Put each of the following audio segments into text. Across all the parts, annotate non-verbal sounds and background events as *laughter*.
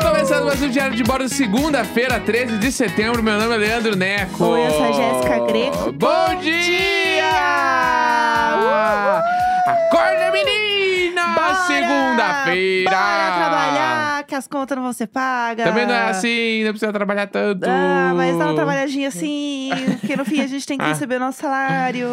Papo um de Bordo, segunda-feira, 13 de setembro. Meu nome é Leandro Neco. Oi, eu sou a Jéssica Greco. Bom dia! Acorda, menina! Bora! Segunda-feira! Bora trabalhar, que as contas não vão ser pagas. Também não é assim, não precisa trabalhar tanto. Ah, mas dá uma trabalhadinha assim, porque no fim a gente tem que Ah. receber o nosso salário.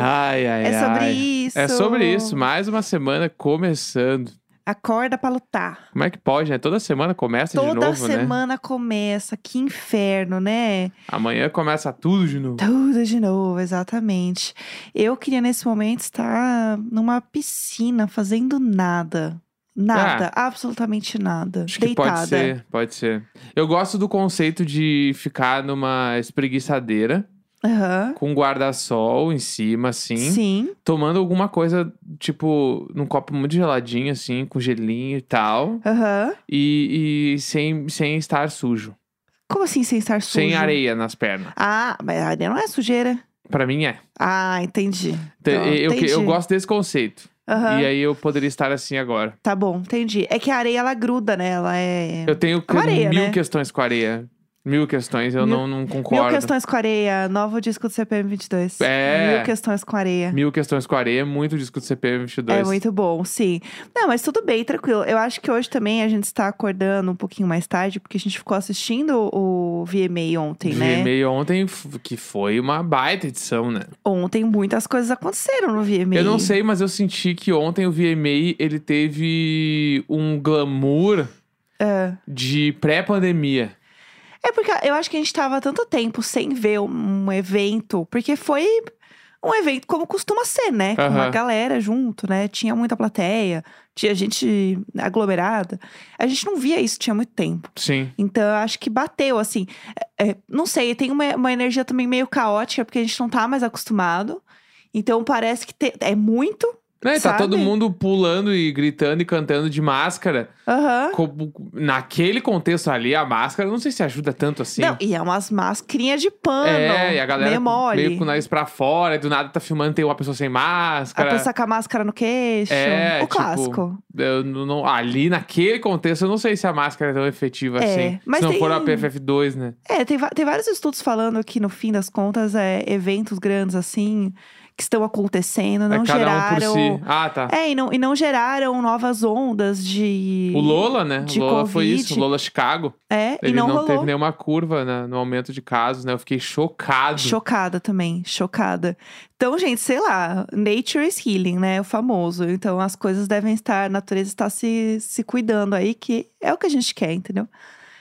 Ai, ai, é sobre ai. isso. É sobre isso. Mais uma semana começando. Acorda pra lutar. Como é que pode, né? Toda semana começa de Toda novo, né? semana começa, que inferno, né? Amanhã começa tudo de novo. Tudo de novo, exatamente. Eu queria nesse momento estar numa piscina fazendo nada. Nada, absolutamente nada. Ah. Acho que Deitada. pode ser, pode ser. Eu gosto do conceito de ficar numa espreguiçadeira Aham. com um guarda-sol em cima, assim, Sim. tomando alguma coisa, tipo, num copo muito geladinho, assim, com gelinho e tal. Aham. E, e sem, sem estar sujo, Como assim sem estar sujo? Sem areia nas pernas. Ah, mas a areia não é sujeira. Pra mim é. Ah, entendi. Te- Então, eu, eu- eu entendi. gosto desse conceito. Aham. E aí eu poderia estar assim agora. Tá bom, entendi. É que a areia, ela gruda, né? Ela é... Eu tenho que- Com areia, mil né? questões com areia. Mil questões, eu Mil- não, não Mil concordo. questões com areia, novo disco do CPM22. É. Mil questões com areia. Mil questões com areia, é muito disco do CPM22. É muito bom, sim. Não, mas tudo bem, tranquilo. Eu acho que hoje também a gente está acordando um pouquinho mais tarde, porque a gente ficou assistindo o VMA ontem, né? VMA ontem, f- que foi uma baita edição, né? Ontem muitas coisas aconteceram no VMA. Eu não sei, mas eu senti que ontem o VMA, ele teve um glamour de pré-pandemia. É porque eu acho que a gente tava há tanto tempo sem ver um evento, porque foi um evento como costuma ser, né? Com Aham. uma galera junto, né? Tinha muita plateia, tinha gente aglomerada. A gente não via isso tinha muito tempo. Sim. Então eu acho que bateu, assim. É, é, não sei, tem uma, uma energia também meio caótica, porque a gente não tá mais acostumado. Então parece que te- é muito. Né? Tá Sabe? todo mundo pulando e gritando e cantando de máscara. Aham. Como- naquele contexto ali, a máscara, não sei se ajuda tanto assim. Não, e é umas mascarinhas de pano. é, e a galera meio mole. meio com o nariz pra fora, e do nada tá filmando, tem uma pessoa sem A máscara. pessoa com a máscara no queixo. É, o tipo, clássico. Eu não- não- ali, naquele contexto, eu não sei se a máscara é tão efetiva É, assim. mas se não tem- for a PFF2, né? É, tem, va- tem vários estudos falando que, no fim das contas, é, eventos grandes assim que estão acontecendo, não é cada geraram. um por si. Ah, tá. É, e não, e não geraram novas ondas de. O Lola, né? de o Lola foi Covid. isso. O Lola Chicago. É, Ele e não, rolou. teve nenhuma curva né, no aumento de casos, né? Eu fiquei chocado. Chocada também, chocada. Então, gente, sei lá, nature is healing, né? O famoso. Então, as coisas devem estar, a natureza está se, se cuidando aí, que é o que a gente quer, entendeu?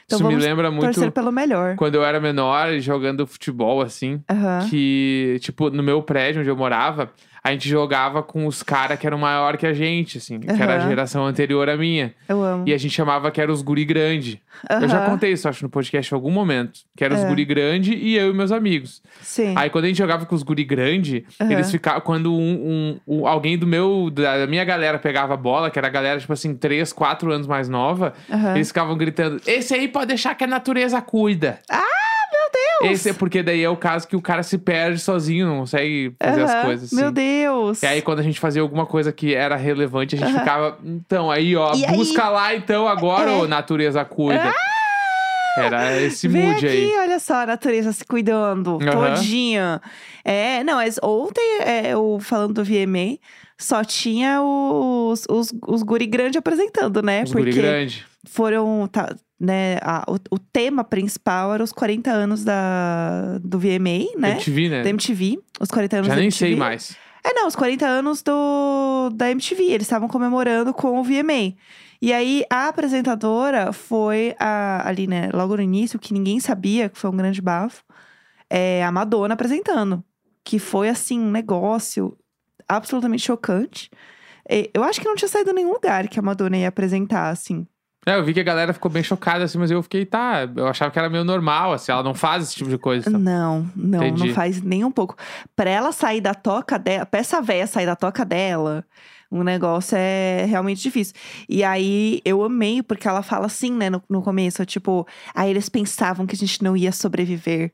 Então, isso me vamos lembra muito torcer pelo melhor. quando eu era menor jogando futebol, assim. Aham. Que, tipo, no meu prédio onde eu morava, a gente jogava com os caras que eram maior que a gente, assim. Que era a Aham. geração anterior à minha. Eu amo. E a gente chamava que era os guri grande. Eu já Aham, contei isso, acho, no podcast em algum momento. Que era os É. guri grande e eu e meus amigos. Sim. Aí quando a gente jogava com os guri grande, Aham. eles ficavam. Quando um, um- um- alguém do meu, da minha galera pegava a bola, que era a galera, tipo assim, 3, 4 anos mais nova, Aham. eles ficavam gritando: Esse aí pode deixar que a natureza cuida. Ah, meu Deus! Esse é porque daí é o caso que o cara se perde sozinho, não consegue fazer Aham. as coisas. Assim. Meu Deus! E aí, quando a gente fazia alguma coisa que era relevante, a gente Aham. ficava, então, aí, ó, E aí? busca lá então agora, É. Ah! ô natureza cuida. Era esse Vem mood aqui, aí. olha só, a natureza se cuidando Aham. todinha. É, não, mas ontem, é, eu falando do VMA, só tinha os, os, os guri grande apresentando, né? Os guri Porque grande. foram, tá, né, a- o, o tema principal era os 40 anos da, do VMA, né? MTV, né? Da MTV, os 40 anos Já da nem MTV. sei mais. É, não, os 40 anos do, da MTV. Eles estavam comemorando com o VMA. E aí, a apresentadora foi a- ali, né, logo no início, que ninguém sabia, que foi um grande bafo, é, a Madonna apresentando. Que foi, assim, um negócio absolutamente chocante. E Eu acho que não tinha saído em nenhum lugar que a Madonna ia apresentar, assim. É, eu vi que a galera ficou bem chocada, assim, mas eu fiquei, tá, eu achava que era meio normal, assim, ela não faz esse tipo de coisa. então. Não, não, Entendi. não faz nem um pouco. Pra ela sair da toca dela, pra essa véia sair da toca dela, o negócio é realmente difícil. E aí eu amei, porque ela fala assim, né, no, no começo, tipo, aí eles pensavam que a gente não ia sobreviver.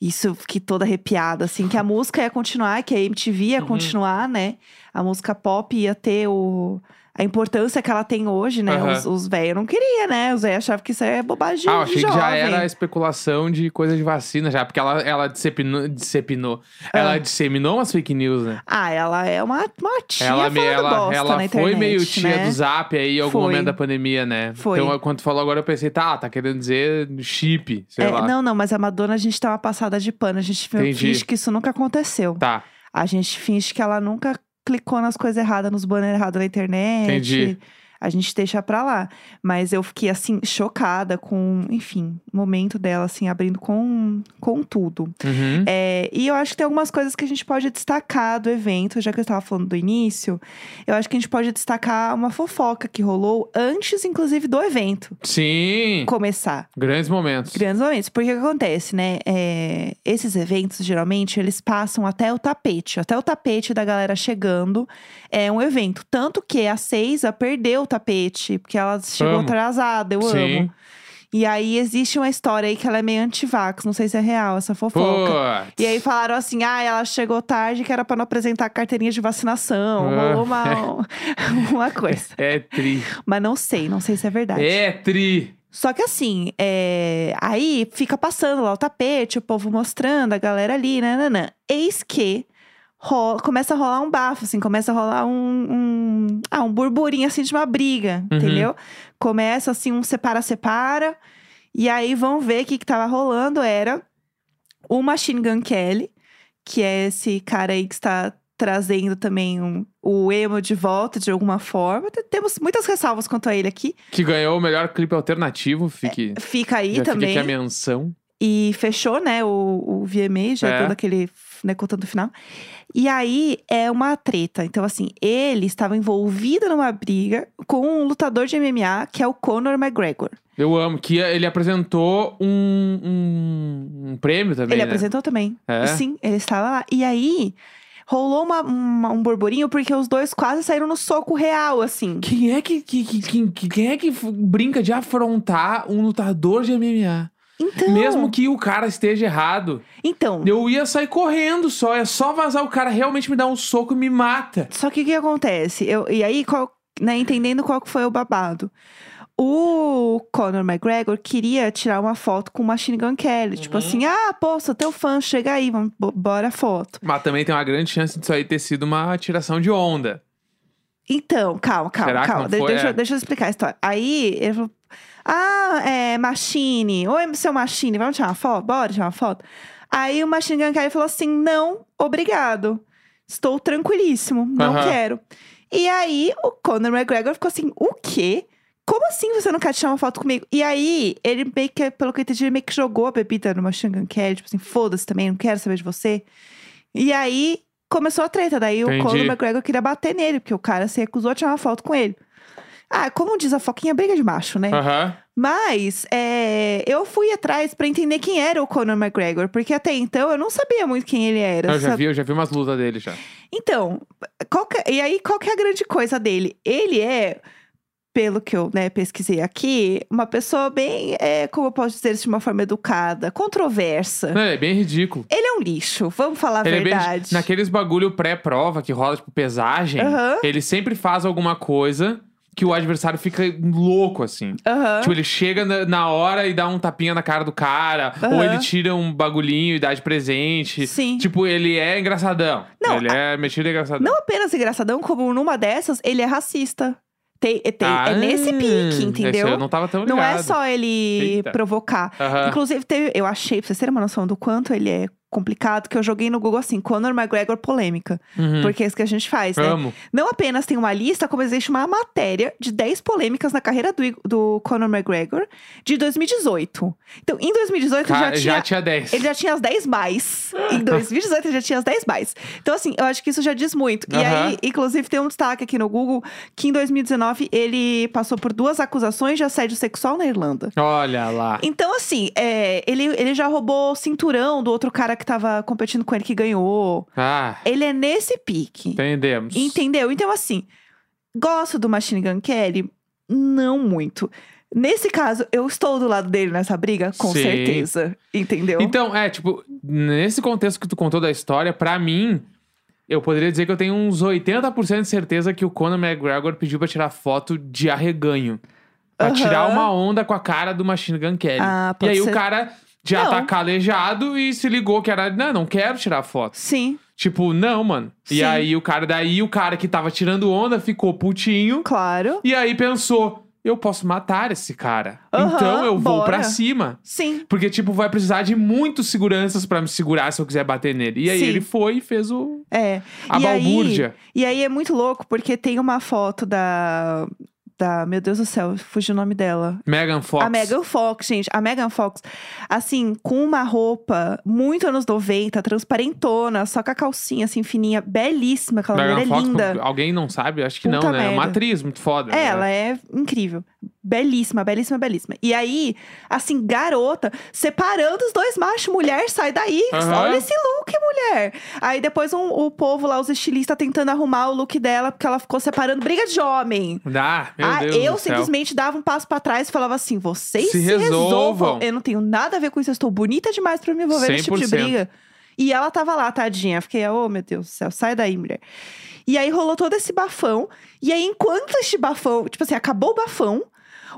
Isso eu fiquei toda arrepiada, assim, que a música ia continuar, que a MTV ia Uhum. continuar, né? A música pop ia ter o. a importância que ela tem hoje, né? Aham. Os, os velhos não queriam, né? Os velhos achavam que isso é bobagem Ah, eu de achei que jovem. já era especulação de coisa de vacina já, porque ela, ela disseminou, disseminou- ela disseminou umas fake news, né? Ah, ela é uma, uma tia ela me- falando ela, bosta ela na internet, foi meio tia né? do zap aí em algum Foi. momento da pandemia, né? Foi. Então, quando tu falou agora, eu pensei, tá, tá querendo dizer chip, sei É, lá. não, não, mas a Madonna a gente tá uma passada de pano. A gente Entendi. finge que isso nunca aconteceu. Tá. A gente finge que ela nunca clicou nas coisas erradas, nos banners errados na internet. Entendi. A gente deixa pra lá. Mas eu fiquei, assim, chocada com, enfim, o momento dela, assim, abrindo com, com tudo. Uhum. É, e eu acho que tem algumas coisas que a gente pode destacar do evento, já que eu estava falando do início. Eu acho que a gente pode destacar uma fofoca que rolou antes, inclusive, do evento Sim. começar. Grandes momentos. Grandes momentos. Porque o que acontece, né? É, esses eventos, geralmente, eles passam até o tapete. Até o tapete da galera chegando é um evento. Tanto que a Seiza perdeu o tapete, porque ela chegou Amo. atrasada. Eu Sim. amo. E aí, existe uma história aí que ela é meio antivax. Não sei se é real essa fofoca. Puts. E aí falaram assim, ah, ela chegou tarde que era pra não apresentar a carteirinha de vacinação. Ah. Rolou uma, *laughs* uma coisa. É tri. Mas não sei, não sei se é verdade. É tri. Só que assim, é, aí fica passando lá o tapete, o povo mostrando, a galera ali, nananã. Eis que rola- começa a rolar um bafo, assim, começa a rolar um, um- ah, um burburinho, assim, de uma briga, Uhum. entendeu? Começa, assim, um separa-separa. E aí vão ver o que, que tava rolando. Era o Machine Gun Kelly, que é esse cara aí que está trazendo também um- o emo de volta, de alguma forma. T- Temos muitas ressalvas quanto a ele aqui. Que ganhou o melhor clipe alternativo. Fique. Fica aí já É, também. Fica aqui a menção. E fechou, né, o, o VMA, já É. dando aquele, né, contando o final. E aí, é uma treta. Então, assim, ele estava envolvido numa briga com um lutador de MMA, que é o Conor McGregor. Eu amo. Que ele apresentou um, um, um prêmio também. ele né? apresentou também. É? Sim, ele estava lá. E aí, rolou uma- uma- um burburinho, porque os dois quase saíram no soco real, assim. Quem é que, que, que- quem, que- quem é que f- brinca de afrontar um lutador de MMA? Então, Mesmo que o cara esteja errado, então eu ia sair correndo só. É só vazar o cara realmente me dá um soco e me mata. Só que o que acontece? Eu, e aí, qual- né, entendendo qual que foi o babado. O Conor McGregor queria tirar uma foto com o Machine Gun Kelly. Tipo Uhum. assim, ah, pô, sou teu fã, chega aí, vamos, bo- bora a foto. Mas também tem uma grande chance disso aí ter sido uma tiração de onda. Então, calma, calma, Será que calma. não De- foi? deixa, É. eu- deixa eu explicar a história. Aí, ele falou, ah, é, Machine, oi, seu Machine, vamos tirar uma foto? Bora tirar uma foto? Aí o Machine Gun Kelly falou assim, não, obrigado. Estou tranquilíssimo, não Aham. quero. E aí, o Conor McGregor ficou assim, o quê? Como assim você não quer tirar uma foto comigo? E aí, ele meio que, pelo que eu entendi, ele meio que jogou a bebida no Machine Gun Kelly. Tipo assim, foda-se também, não quero saber de você. E aí, começou a treta. Daí, Entendi. o Conor McGregor queria bater nele. Porque o cara se recusou a tirar uma foto com ele. Ah, como diz a Foquinha, briga de macho, né? Aham. Mas, é, eu fui atrás pra entender quem era o Conor McGregor. Porque até então, eu não sabia muito quem ele era. Eu já sabe? vi, eu já vi umas lutas dele já. Então, qual que- e aí qual que é a grande coisa dele? Ele é, pelo que eu né, pesquisei aqui, uma pessoa bem, é, como eu posso dizer isso de uma forma educada, controversa. Não, ele é bem ridículo. Ele é um lixo, vamos falar a Ele é bem- verdade. Naqueles bagulho pré-prova que rola, tipo, pesagem, Aham. ele sempre faz alguma coisa que o adversário fica louco, assim. Aham. Tipo, ele chega na, na hora e dá um tapinha na cara do cara. Ou Aham. ele tira um bagulhinho e dá de presente. Sim. Tipo, ele é engraçadão. Não, ele é mexido e engraçadão. Não apenas engraçadão, como numa dessas, ele é racista. Tem, é- tem- Ah, é nesse pique, esse eu entendeu? não tava tão ligado. Não é só ele Eita. Ah. provocar. Aham. Inclusive, teve- eu achei, pra vocês terem uma noção do quanto ele é complicado, que eu joguei no Google assim, Conor McGregor polêmica. Uhum. Porque é isso que a gente faz, né? Amo. Não apenas tem uma lista, como existe uma matéria de 10 polêmicas na carreira do, do Conor McGregor de 2018. Então, em 2018 Cara, ele já tinha. já tinha 10. Ele já tinha as 10 mais. Em 2018, ele já tinha as 10 mais. Então, assim, eu acho que isso já diz muito. E Aham. aí, inclusive, tem um destaque aqui no Google que em 2019 ele passou por duas acusações de assédio sexual na Irlanda. Olha lá. Então, assim, é, ele, ele já roubou o cinturão do outro cara que tava competindo com ele que ganhou. Ah, Ele é nesse pique. entendemos. Entendeu? Então, assim, gosto do Machine Gun Kelly? Não muito. Nesse caso, eu estou do lado dele nessa briga? Com Sim. certeza. Entendeu? Então, é, tipo, nesse contexto que tu contou da história, pra mim, Eu poderia dizer que eu tenho uns 80% de certeza que o Conor McGregor pediu pra tirar foto de arreganho. Pra Aham. tirar uma onda com a cara do Machine Gun Kelly. Ah, e pode aí o ser. cara já Não. tá calejado e se ligou que era... Não, não quero tirar foto. Sim, Tipo, não, mano. Sim. E aí o cara... Daí o cara que tava tirando onda ficou putinho. claro. E aí pensou... Eu posso matar esse cara. Aham, então eu vou bora. pra cima. Sim. Porque, tipo, vai precisar de muitos seguranças pra me segurar se eu quiser bater nele. E aí Sim. ele foi e fez o... É. a e aí, balbúrdia. E aí é muito louco, porque tem uma foto da. da meu Deus do céu, fugiu o nome dela. Megan Fox. A Megan Fox, gente. A Megan Fox, assim, com uma roupa muito anos 90, transparentona, só com a calcinha, assim, fininha, belíssima. Aquela mulher Megan é Fox, linda. alguém não sabe? Acho que Puta não, né? É uma merda. atriz muito foda. É, né? Ela é incrível. Belíssima, belíssima, belíssima. E aí, assim, garota, separando os dois machos, mulher, sai daí. Aham. Olha esse look, mulher. Aí depois um- o povo lá, os estilistas, tentando arrumar o look dela, porque ela ficou separando briga de homem. Dá, meu ah, Deus eu do céu. simplesmente dava um passo pra trás e falava assim: vocês Se se, resolvam. Eu não tenho nada a ver com isso, eu estou bonita demais pra me envolver nesse tipo de 100%. briga. E ela tava lá, tadinha. Fiquei, ô meu Deus do céu, sai daí, mulher. E aí rolou todo esse bafão. E aí, enquanto este bafão, tipo assim, acabou o bafão,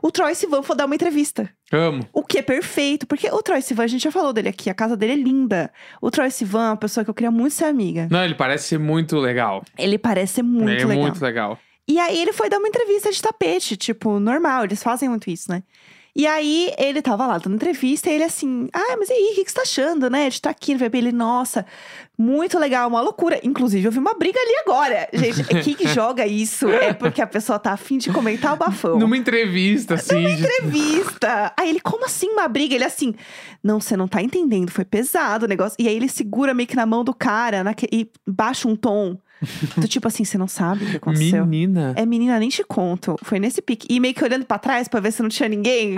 o Troy Sivan foi dar uma entrevista. Amo. O que é perfeito, porque o Troy Sivan, a gente já falou dele aqui, a casa dele é linda. O Troy Sivan é uma pessoa que eu queria muito ser amiga. Não, ele parece ser muito legal. Ele parece ser muito ele é legal. muito legal. E aí ele foi dar uma entrevista de tapete, tipo, normal, eles fazem muito isso, né? E aí ele tava lá dando entrevista e ele assim, ah, mas e aí, o que, que você tá achando, né? De estar aqui no VB? Ele, nossa, muito legal, uma loucura. Inclusive, eu vi uma briga ali agora. Gente, *laughs* quem que joga isso é porque a pessoa tá afim de comentar o bafão. Numa entrevista, assim. de- Entrevista! Aí ele, como assim uma briga? Ele assim, não, você não tá entendendo, foi pesado o negócio. E aí ele segura meio que na mão do cara naque- e baixa um tom. Do tipo assim, você não sabe o que aconteceu. Menina. É, menina, nem te conto. Foi nesse pique. E meio que olhando pra trás pra ver se não tinha *laughs* ninguém.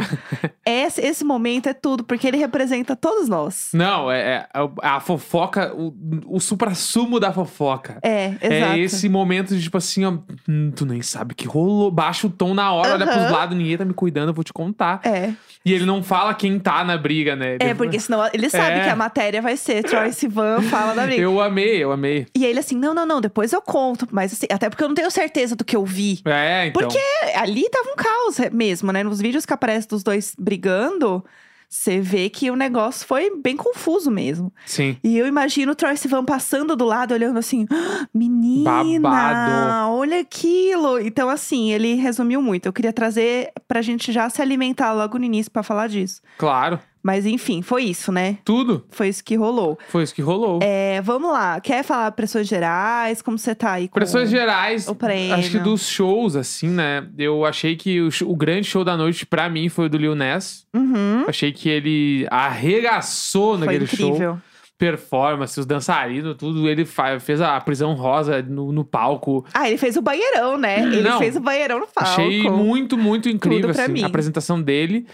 esse, esse momento é tudo, porque ele representa todos nós. Não, é, é- a fofoca, o, o supra-sumo da fofoca. É, exato. É esse momento de tipo assim, ó, "Hum, tu nem sabe o que rolou. Baixa o tom na hora, olha Aham. pros lados, ninguém tá me cuidando, eu vou te contar. É. E ele não fala quem tá na briga, né? É, Ele- porque senão ele sabe É. que a matéria vai ser *laughs* Troy Sivan fala da briga. Eu amei, eu amei. E aí ele assim, não, não, não, depois eu conto. Mas assim, até porque eu não tenho certeza do que eu vi. É, então. Porque É, ali tava um caos é, mesmo, né? Nos vídeos que aparecem dos dois brigando, você vê que o negócio foi bem confuso mesmo. Sim. E eu imagino o Troy Sivan passando do lado, olhando assim, "Ah, menina, Babado." olha aquilo. Então, assim, ele resumiu muito. Eu queria trazer pra gente já se alimentar logo no início pra falar disso. Claro. Mas enfim, foi isso, né? Tudo. Foi isso que rolou. Foi isso que rolou. É, vamos lá. Quer falar pressões gerais? Como você tá aí com... Pressões gerais, o prêmio. acho que dos shows, assim, né? Eu achei que o, sh- o grande show da noite, pra mim, foi o do Lil Ness. Uhum. Achei que ele arregaçou Foi naquele show. incrível. Performance, os dançarinos, tudo. Ele fa- fez a prisão rosa no, no palco. Ah, ele fez o banheirão, né? Ele Não. fez o banheirão no palco. Achei muito, muito incrível pra assim, mim. a apresentação dele.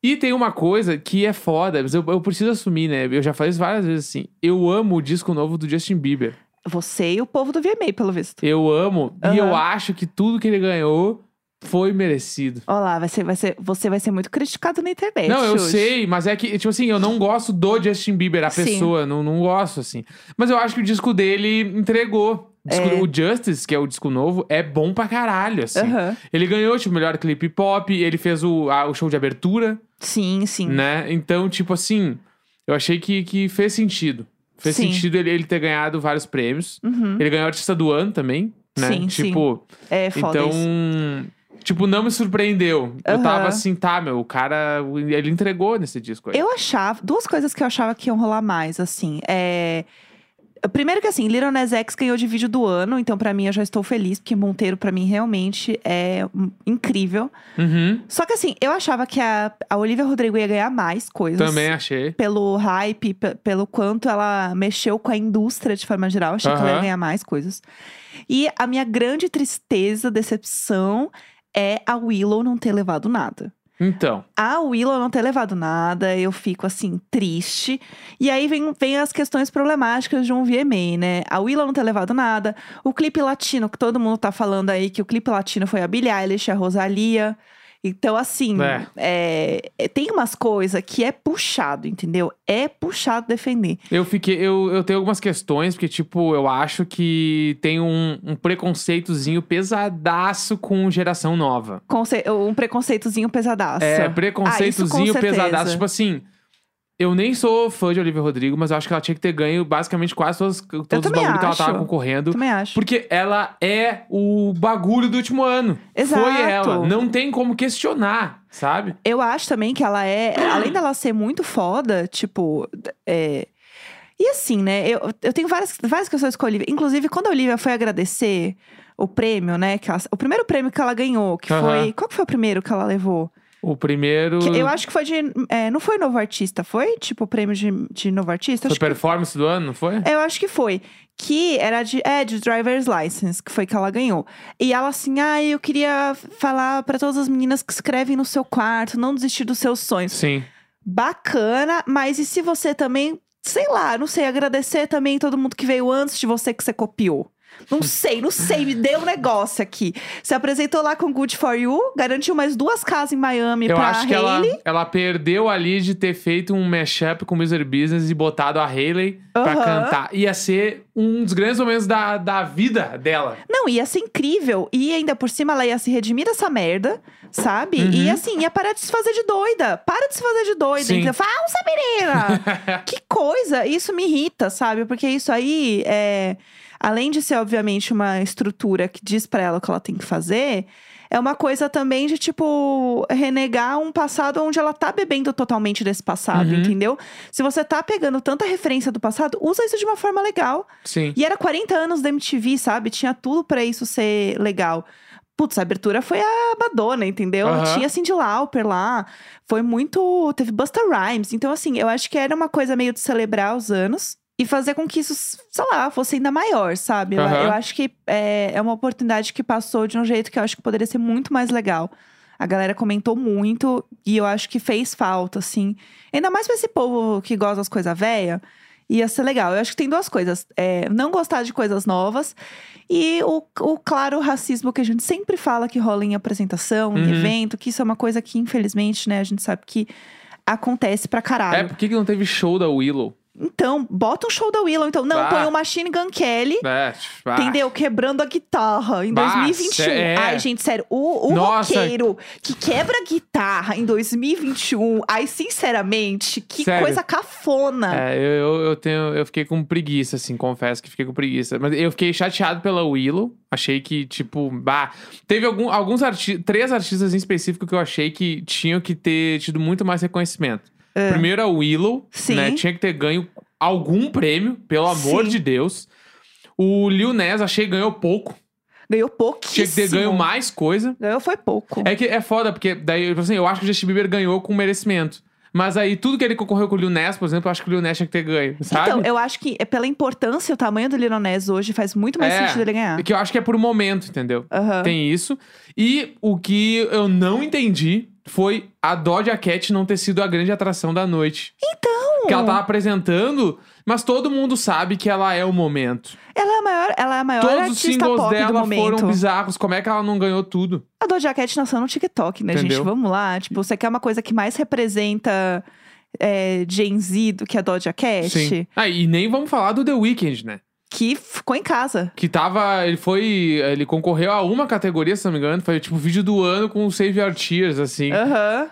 E tem uma coisa que é foda, mas eu, eu preciso assumir, né? Eu já falei isso várias vezes assim. Eu amo o disco novo do Justin Bieber. Você e o povo do VMA, pelo visto. Eu amo. Aham. E eu acho que tudo que ele ganhou foi merecido. Olha lá, vai ser, vai ser, você vai ser muito criticado na internet. não, eu hoje. sei, mas é que, tipo assim, eu não gosto do Justin Bieber, a Sim. pessoa. Não, não gosto, assim. Mas eu acho que o disco dele entregou. O disco- O Justice, que é o disco novo, é bom pra caralho, assim. Aham. Ele ganhou, tipo, melhor clipe pop, ele fez o, a- o show de abertura, Sim, sim. né? Então, tipo assim, eu achei que, que fez sentido. Fez Sim. sentido ele, ele ter ganhado vários prêmios. Uhum. Ele ganhou artista do ano também, né? Sim, sim. tipo, É foda então, isso. tipo, não me surpreendeu. Eu Aham. tava assim, tá, meu, o cara, ele entregou nesse disco aí. Eu achava. Duas coisas que eu achava que iam rolar mais, assim. É. Primeiro que assim, Little Nas X ganhou de vídeo do ano, então pra mim eu já estou feliz, porque Monteiro pra mim realmente é hum, incrível. Uhum, Só que assim, eu achava que a, a Olivia Rodrigo ia ganhar mais coisas. também achei. Pelo hype, pe- pelo quanto ela mexeu com a indústria de forma geral, eu achei que ela ia Aham. ganhar mais coisas. E a minha grande tristeza, decepção, é a Willow não ter levado nada. Então, A Willow não ter levado nada, eu fico assim, triste. E aí vem, vem as questões problemáticas de um VMA, né? A Willow não ter levado nada. O clipe latino, que todo mundo tá falando aí, que o clipe latino foi a Billie Eilish, a Rosalia. Então, assim, É. é, é, tem umas coisas que é puxado, entendeu? É puxado defender. Eu fiquei. Eu, eu tenho algumas questões, porque, tipo, eu acho que tem um, um preconceitozinho pesadaço com geração nova. Conce- um preconceitozinho pesadaço. É, Ah, isso preconceitozinho com certeza. pesadaço. Tipo assim, eu nem sou fã de Olivia Rodrigo, mas eu acho que ela tinha que ter ganho basicamente quase todos, todos os também bagulhos que ela tava acho. concorrendo. Também acho. Porque ela é o bagulho do último ano. Exato. Foi ela. Não tem como questionar, sabe? Eu acho também que ela é, além dela ser muito foda, tipo. é, E assim, né? Eu, eu tenho várias, várias questões com a Olivia. Inclusive, quando a Olivia foi agradecer o prêmio, né? que ela- o primeiro prêmio que ela ganhou, que Aham. Hum. foi. Qual que foi o primeiro que ela levou? O primeiro. Que eu acho que foi de. é, não foi novo artista, foi? Tipo, o prêmio de, de novo artista? Foi acho que É performance do ano, não foi? eu acho que foi. Que era de, é, de driver's license, que foi que ela ganhou. E ela assim, ah, eu queria falar pra todas as meninas que escrevem no seu quarto, não desistir dos seus sonhos. Sim. Bacana, mas e se você também, sei lá, não sei, agradecer também todo mundo que veio antes de você que você copiou? *laughs* Não sei, não sei, me deu um negócio aqui. Se apresentou lá com Good For You, garantiu mais duas casas em Miami Eu pra acho que ela, Hailey. ela perdeu ali de ter feito um mashup com o Misery Business e botado a Hayley pra Aham. cantar. Ia ser um dos grandes momentos da, da vida dela. Não, ia ser incrível. E ainda por cima ela ia se redimir dessa merda, sabe? Uhum. E assim, ia parar de se fazer de doida. Para de se fazer de doida. Sim. Então, falsa *laughs* menina! que coisa! Isso me irrita, sabe? Porque isso aí é. Além de ser, obviamente, uma estrutura que diz pra ela o que ela tem que fazer, é uma coisa também de, tipo, renegar um passado onde ela tá bebendo totalmente desse passado, Uhum. entendeu? Se você tá pegando tanta referência do passado, usa isso de uma forma legal. Sim. E era 40 anos da MTV, sabe? Tinha tudo pra isso ser legal. Putz, a abertura foi a Madonna, entendeu? Aham. Tinha Cindy Lauper lá. Foi muito. Teve Busta Rhymes. Então, assim, eu acho que era uma coisa meio de celebrar os anos e fazer com que isso, sei lá, fosse ainda maior, sabe? Eu- Aham. Eu, acho que é, é uma oportunidade que passou de um jeito que eu acho que poderia ser muito mais legal. A galera comentou muito e eu acho que fez falta, assim. Ainda mais pra esse povo que gosta das coisas velhas. Ia ser legal. Eu acho que tem duas coisas. É, não gostar de coisas novas e o, o claro racismo que a gente sempre fala que rola em apresentação, em Uhum. evento, que isso é uma coisa que, infelizmente, né, a gente sabe que acontece pra É, caralho. por que que não teve show da Willow? Então, bota um show da Willow. Então, não, Bah. põe o Machine Gun Kelly. É, tipo, ah, Entendeu? Quebrando a guitarra em Bah, 2021. sé- é. Ai, gente, sério, o, o Nossa. roqueiro que quebra a guitarra em 2021, ai, sinceramente, que Sério. coisa cafona. É, eu, eu, eu tenho, eu fiquei com preguiça, assim, confesso que fiquei com preguiça. Mas eu fiquei chateado pela Willow. Achei que, tipo, bah. Teve algum, alguns artistas, três artistas em específico que eu achei que tinham que ter tido muito mais reconhecimento. Primeiro a Willow, É. Sim. né? Tinha que ter ganho algum prêmio, pelo amor Sim. de Deus. O Lil Nas, achei que ganhou pouco. Ganhou pouquíssimo. Tinha que ter ganho mais coisa. Ganhou foi pouco. É que é foda, porque daí, tipo assim, eu acho que o Justin Bieber ganhou com merecimento. Mas aí, tudo que ele concorreu com o Lil Nas, por exemplo, eu acho que o Lil Nas tinha que ter ganho, sabe? Então, eu acho que é pela importância, o tamanho do Lironés hoje faz muito mais É. sentido ele ganhar. Que eu acho que é por momento, entendeu? Aham. Tem isso. E o que eu não entendi foi a Doja Cat não ter sido a grande atração da noite. Então! Que ela tava apresentando, mas todo mundo sabe que ela é o momento. Ela é a maior, ela é a maior Todos os artista singles pop do dela momento. foram bizarros. Como é que ela não ganhou tudo? A Doja Cat nasceu no TikTok, né, Entendeu? gente? Vamos lá. Tipo, você quer uma coisa que mais representa é, Gen Z do que a Doja Cat? Sim. Ah, e nem vamos falar do The Weeknd, né? Que ficou em casa. Que tava. Ele foi. Ele concorreu a uma categoria, se não me engano. Foi tipo vídeo do ano com o Save Your Tears, assim. É. Aham.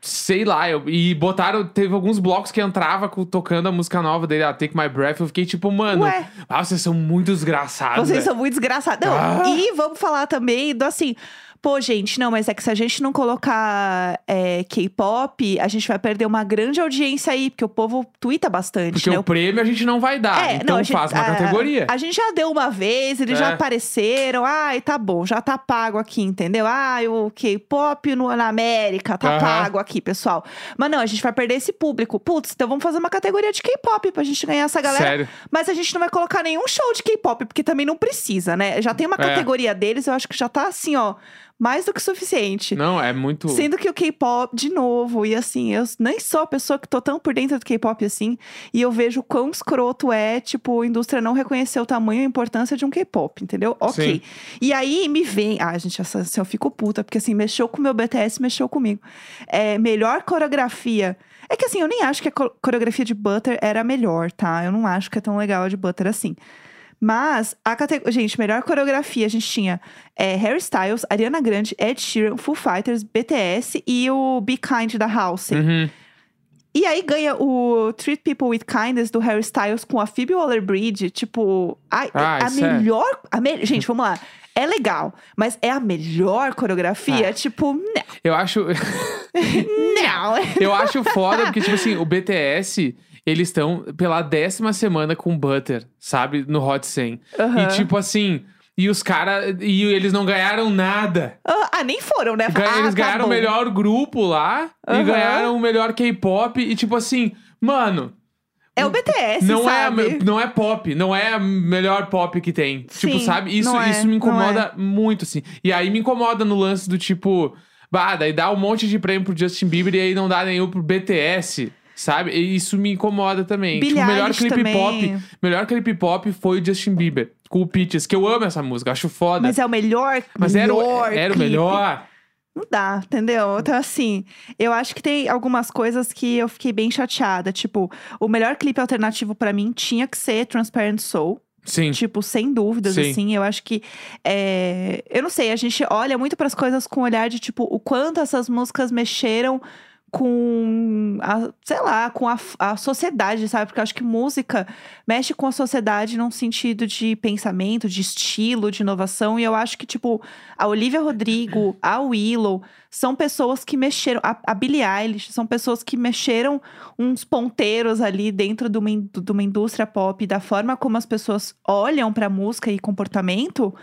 Sei lá, eu- e botaram. Teve alguns blocos que entrava com- tocando a música nova dele, a Take My Breath. Eu fiquei tipo, mano, Ué. ah, vocês são muito desgraçados. Vocês velho. são muito desgraçados. Não, né? Ah. E vamos falar também do assim. Pô, gente, não, mas é que se a gente não colocar é, K-pop, a gente vai perder uma grande audiência aí, porque o povo tuita bastante, Porque né? o prêmio a gente não vai dar. É, então não, a gente- faz uma a- categoria. A gente já deu uma vez, eles É. já apareceram. Ai, tá bom, já tá pago aqui, entendeu? Ah, o K-pop no- na América tá Aham. pago aqui, pessoal. Mas não, a gente vai perder esse público. Putz, então vamos fazer uma categoria de K-pop pra gente ganhar essa galera. Sério. Mas a gente não vai colocar nenhum show de K-pop, porque também não precisa, né? Já tem uma É. categoria deles, eu acho que já tá assim, ó, mais do que suficiente. Não, é muito. Sendo que o K-pop, de novo, e assim, eu nem sou a pessoa que tô tão por dentro do K-pop assim, e eu vejo quão escroto é, tipo, a indústria não reconhecer o tamanho e a importância de um K-pop, entendeu? Ok. Sim. E aí me vem. Ah, gente, essa, assim, eu fico puta, porque assim, mexeu com o meu BTS, mexeu comigo. É, melhor coreografia. É que assim, eu nem acho que a co- coreografia de Butter era a melhor, tá? Eu não acho que é tão legal a de Butter assim. Mas a categoria. Gente, melhor coreografia, a gente tinha é, Harry Styles, Ariana Grande, Ed Sheeran, Foo Fighters, BTS e o Be Kind da House. Uhum. E aí ganha o Treat People with Kindness do Harry Styles com a Phoebe Waller-Bridge, tipo, ai, Ah, a isso é- melhor, a me- gente, vamos lá. É legal, mas é a melhor Ah. coreografia, tipo, *laughs* não, Eu acho. não. Eu acho foda, porque, tipo assim, o BTS, eles estão pela décima semana com Butter, sabe? No Hot 100. Aham. E, tipo assim, e os caras. E eles não ganharam nada. Ah, ah, nem foram, né? Ganha- Ah, eles tá ganharam o bom. melhor grupo lá e Aham. ganharam o melhor K-pop. E, tipo assim, mano. É o BTS, não sabe? é a me- não é pop, não é a melhor pop que tem. Sim, tipo, sabe? Isso não é, isso me não incomoda muito assim. E aí me incomoda no lance do tipo, bah, daí dá um monte de prêmio pro Justin Bieber e aí não dá nenhum pro BTS. Sabe? E isso me incomoda também. tipo, o Billie melhor Eilish clipe também. pop. Melhor clipe pop foi o Justin Bieber, com o Peaches, que eu amo essa música, acho foda. Mas é o melhor, Mas era, o- melhor era o clipe. melhor. Não dá, entendeu? Então, assim, eu acho que tem algumas coisas que eu fiquei bem chateada. Tipo, o melhor clipe alternativo pra mim tinha que ser Transparent Soul. Sim. Tipo, sem dúvidas, Sim. assim. Eu acho que. é, Eu não sei, a gente olha muito pras coisas com o olhar de, tipo, o quanto essas músicas mexeram com. A, sei lá, com a, a sociedade, sabe? Porque eu acho que música mexe com a sociedade num sentido de pensamento, de estilo, de inovação. E eu acho que, tipo, a Olivia Rodrigo, a Willow, são pessoas que mexeram. A, a Billie Eilish, são pessoas que mexeram uns ponteiros ali dentro de uma, in- de uma indústria pop, da forma como as pessoas olham pra música e comportamento.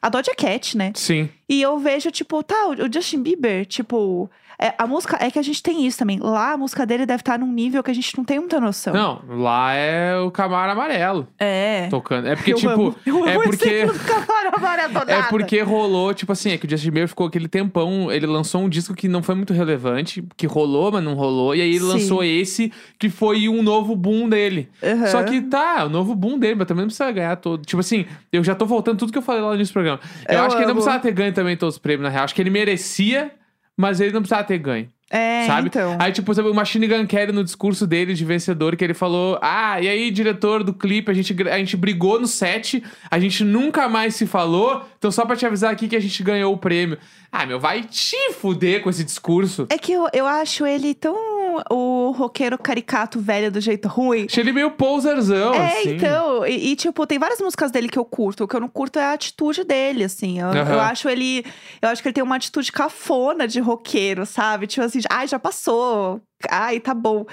A Doja Cat, né? Sim. E eu vejo, tipo, tá, o o Justin Bieber, tipo. é, a música. É que a gente tem isso também. Lá a música dele deve estar num nível que a gente não tem muita noção. Não, lá é o Camaro Amarelo então. É. tocando. É porque, eu tipo, amo. Eu é amo porque- esse exemplo do Camaro Amarelo do É nada. porque rolou, tipo assim, é que o Justin Bieber ficou aquele tempão, ele lançou um disco que não foi muito relevante, que rolou, mas não rolou, e aí ele Sim. lançou esse, que foi um novo boom dele. Aham. Só que tá, o novo boom dele, mas também não precisa ganhar todo. Tipo assim, eu já tô voltando tudo que eu falei lá no início do programa. Eu, Eu acho que ele não amo. precisava ter ganho também todos os prêmios, na real. Acho que ele merecia, mas ele não precisava ter ganho. É, sabe? então. Aí, tipo, sabe, o Machine Gun Kelly, no discurso dele de vencedor, que ele falou: Ah, e aí, diretor do clipe, a gente, a gente brigou no set, a gente nunca mais se falou, então só pra te avisar aqui que a gente ganhou o prêmio. Ah, meu, vai te fuder com esse discurso. É que eu, eu acho ele tão. O roqueiro caricato velho do jeito ruim. Achei ele meio poserzão, É, assim. então, e, e, tipo, tem várias músicas dele que eu curto. O que eu não curto é a atitude dele, assim. Eu, Aham. eu acho ele. Eu acho que ele tem uma atitude cafona de roqueiro, sabe? Tipo assim, ai, já passou. Ai, tá bom.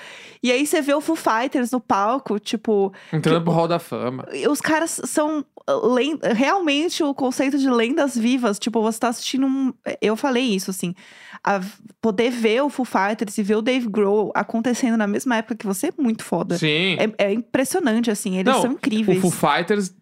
E aí você vê o Foo Fighters no palco, tipo, Entrando pro Hall da Fama. e os caras são uh, len- realmente o conceito de lendas vivas. Tipo, você tá assistindo um. Eu falei isso, assim. A- Poder ver o Foo Fighters e ver o Dave Grohl acontecendo na mesma época que você é muito foda. Sim. É, é impressionante, assim. Eles Não, são O incríveis. Foo Fighters,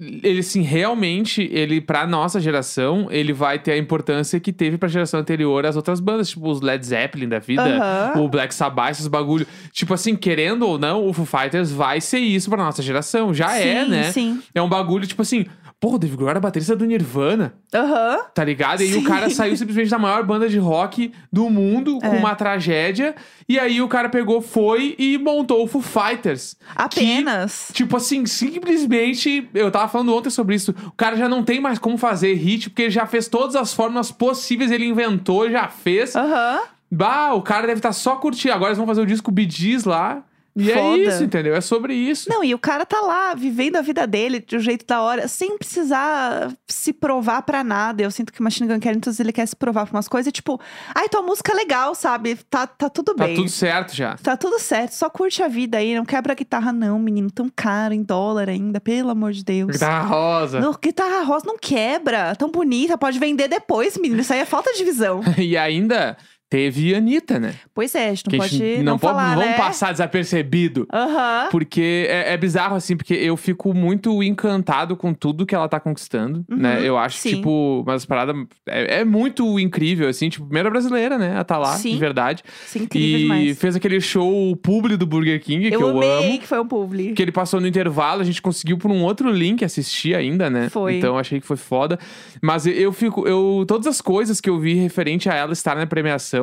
ele assim, realmente, ele, pra nossa geração, ele vai ter a importância que teve pra geração anterior as outras bandas, tipo os Led Zeppelin da vida, Aham. o Black Sabbath, esses bagulho. Tipo assim, querendo ou não, o Foo Fighters vai ser isso pra nossa geração. Já sim, é, né? Sim. É um bagulho, tipo assim, pô, o Dave Grohl era baterista do Nirvana. Aham. Tá ligado? E aí o Sim. cara saiu simplesmente da maior banda de rock do mundo, com É. uma tragédia. E aí o cara pegou, foi e montou o Foo Fighters. Que Apenas. Tipo assim, simplesmente, eu tava falando ontem sobre isso. O cara já não tem mais como fazer hit, porque ele já fez todas as formas possíveis, ele inventou, já fez. Aham. Bah, o cara deve estar só curtindo. Agora eles vão fazer o disco Bidiz lá. E é Foda. isso, entendeu? É sobre isso. Não, e o cara tá lá vivendo a vida dele de um jeito da hora, sem precisar se provar pra nada. Eu sinto que o Machine Gun Kelly, às vezes, ele quer se provar pra umas coisas, e tipo, ai, tua música é legal, sabe? Tá, tá tudo tá bem. tudo certo já. Tá tudo certo, só curte a vida aí, não quebra a guitarra, não, menino. Tão caro em dólar ainda, pelo amor de Deus. Guitarra tá rosa. Não, guitarra rosa não quebra, tão bonita, pode vender depois, menino. Isso aí é falta de visão. *laughs* E ainda Teve Anitta, né? Pois é, a gente não que a pode gente não, pode- falar, vamos né? passar desapercebido. Aham. Porque é, é bizarro, assim, porque eu fico muito encantado com tudo que ela tá conquistando, Uhum, né? Eu acho, sim. tipo, umas paradas... É, é muito incrível, assim, tipo, primeira brasileira, né? Ela tá lá, Sim. de verdade. Isso é incrível e demais. fez aquele show publi do Burger King, que eu amei amo. que foi um publi. Que ele passou no intervalo, a gente conseguiu por um outro link assistir ainda, né? Foi. Então achei que foi foda. Mas eu- eu fico. Eu, todas as coisas que eu vi referente a ela estar na premiação,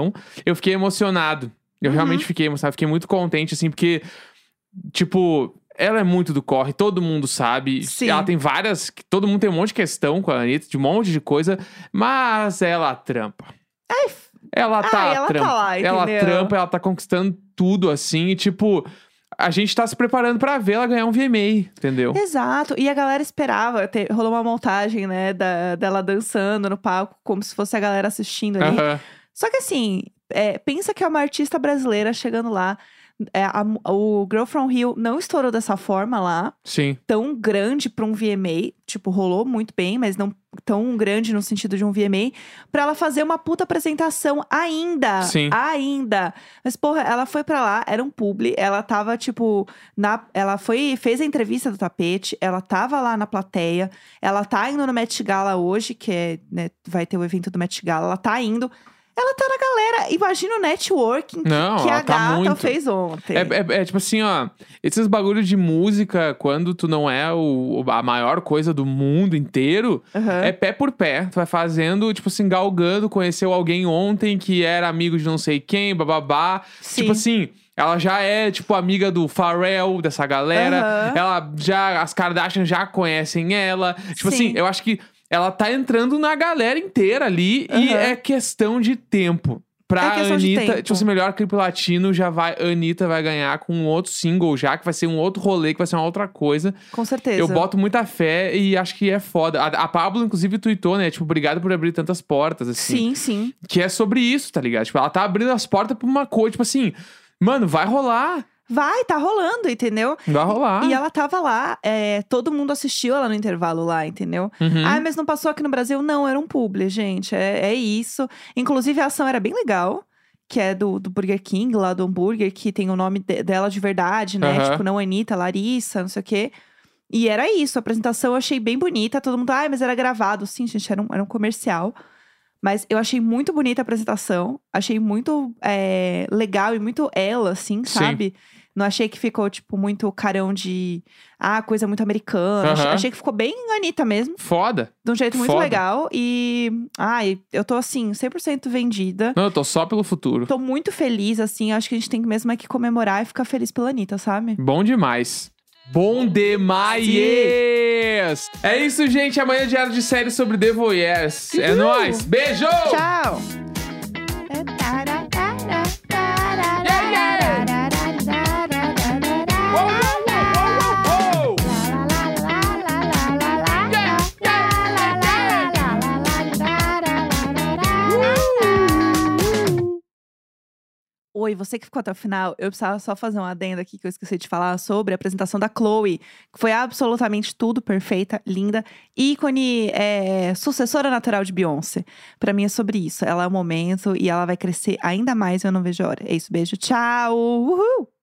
eu fiquei emocionado. Eu Uhum. realmente fiquei emocionado, fiquei muito contente, assim, porque, tipo, ela é muito do corre, todo mundo sabe. Sim. Ela tem várias. Todo mundo tem um monte de questão com a Anitta, de um monte de coisa, mas ela trampa. Ela tá Ah, ela tá trampa. lá, ela entendeu? trampa, ela tá conquistando tudo, assim, e tipo, a gente tá se preparando pra ver ela ganhar um VMA, entendeu? Exato. E a galera esperava. te- rolou uma montagem, né? da- dela dançando no palco, como se fosse a galera assistindo ali. Aham. Só que assim, é, pensa que é uma artista brasileira chegando lá. É, a mu- o Girl From Hill não estourou dessa forma lá, Sim. tão grande pra um VMA. Tipo, rolou muito bem, mas não tão grande no sentido de um VMA. Pra ela fazer uma puta apresentação ainda. Sim. Ainda. Mas, porra, ela foi pra lá, era um publi. Ela tava, tipo, na. Ela foi. Fez a entrevista do tapete. Ela tava lá na plateia. Ela tá indo no Met Gala hoje, que é, né, vai ter o evento do Met Gala. Ela tá indo. Ela tá na galera. Imagina o networking que- Não, que, ela a tá gata muito. fez ontem. É, é- é tipo assim, ó. Esses bagulhos de música, quando tu não é o, o- a maior coisa do mundo inteiro, Aham. é pé por pé. Tu vai fazendo, tipo assim, galgando, conheceu alguém ontem que era amigo de não sei quem, bababá. Sim. Tipo assim, ela já é, tipo, amiga do Pharrell, dessa galera. Aham. Ela já. As Kardashian já conhecem ela. Tipo Sim. assim, eu acho que ela tá entrando na galera inteira ali e Aham. é questão de tempo. Pra É questão de Anitta, tempo. tipo assim, melhor clipe latino já vai. Anitta vai ganhar com um outro single já, que vai ser um outro rolê, que vai ser uma outra coisa. Com certeza. assim, Eu boto muita fé e acho que é foda. A, a Pablo, inclusive, tweetou, né? Tipo, obrigado por abrir tantas portas, assim. Sim, sim. Que é sobre isso, tá ligado? Tipo, ela tá abrindo as portas pra uma coisa, tipo assim, mano, vai rolar. Vai, tá rolando, entendeu? Vai rolar. E ela tava lá, é, todo mundo assistiu ela no intervalo lá, entendeu? Uhum. Ah, mas não passou aqui no Brasil? Não, era um publi, gente. É, é isso. Inclusive, a ação era bem legal, que é do, do Burger King, lá do hambúrguer, que tem o nome de- dela de verdade, né? Aham. Tipo, não Anitta, Larissa, não sei o quê. E era isso, a apresentação eu achei bem bonita. Todo mundo, ai, mas era gravado. Sim, gente, era um, era um comercial. Mas eu achei muito bonita a apresentação. Achei muito é, legal e muito ela, assim, Sim. sabe? Não achei que ficou, tipo, muito carão de. Ah, coisa muito americana. Ach- Aham. Achei que ficou bem Anitta mesmo. Foda. De um jeito muito Foda. legal. E. Ai, eu tô assim, 100% vendida. Não, eu tô só pelo futuro. Tô muito feliz, assim. Acho que a gente tem que mesmo é que comemorar e ficar feliz pela Anitta, sabe? Bom demais. Bom demais! É isso, gente. Amanhã é diário de série sobre The Voyeurs. É Uhul. nóis. Beijo! Tchau! Oh, oh, oh, oh! Oi, você que ficou até o final, eu precisava só fazer um adendo aqui que eu esqueci de falar sobre a apresentação da Chloe, que foi absolutamente tudo perfeita, linda, ícone, é, sucessora natural de Beyoncé. Pra mim é sobre isso. Ela é o momento e ela vai crescer ainda mais. Eu não vejo a hora. É isso, beijo, tchau. Uhul!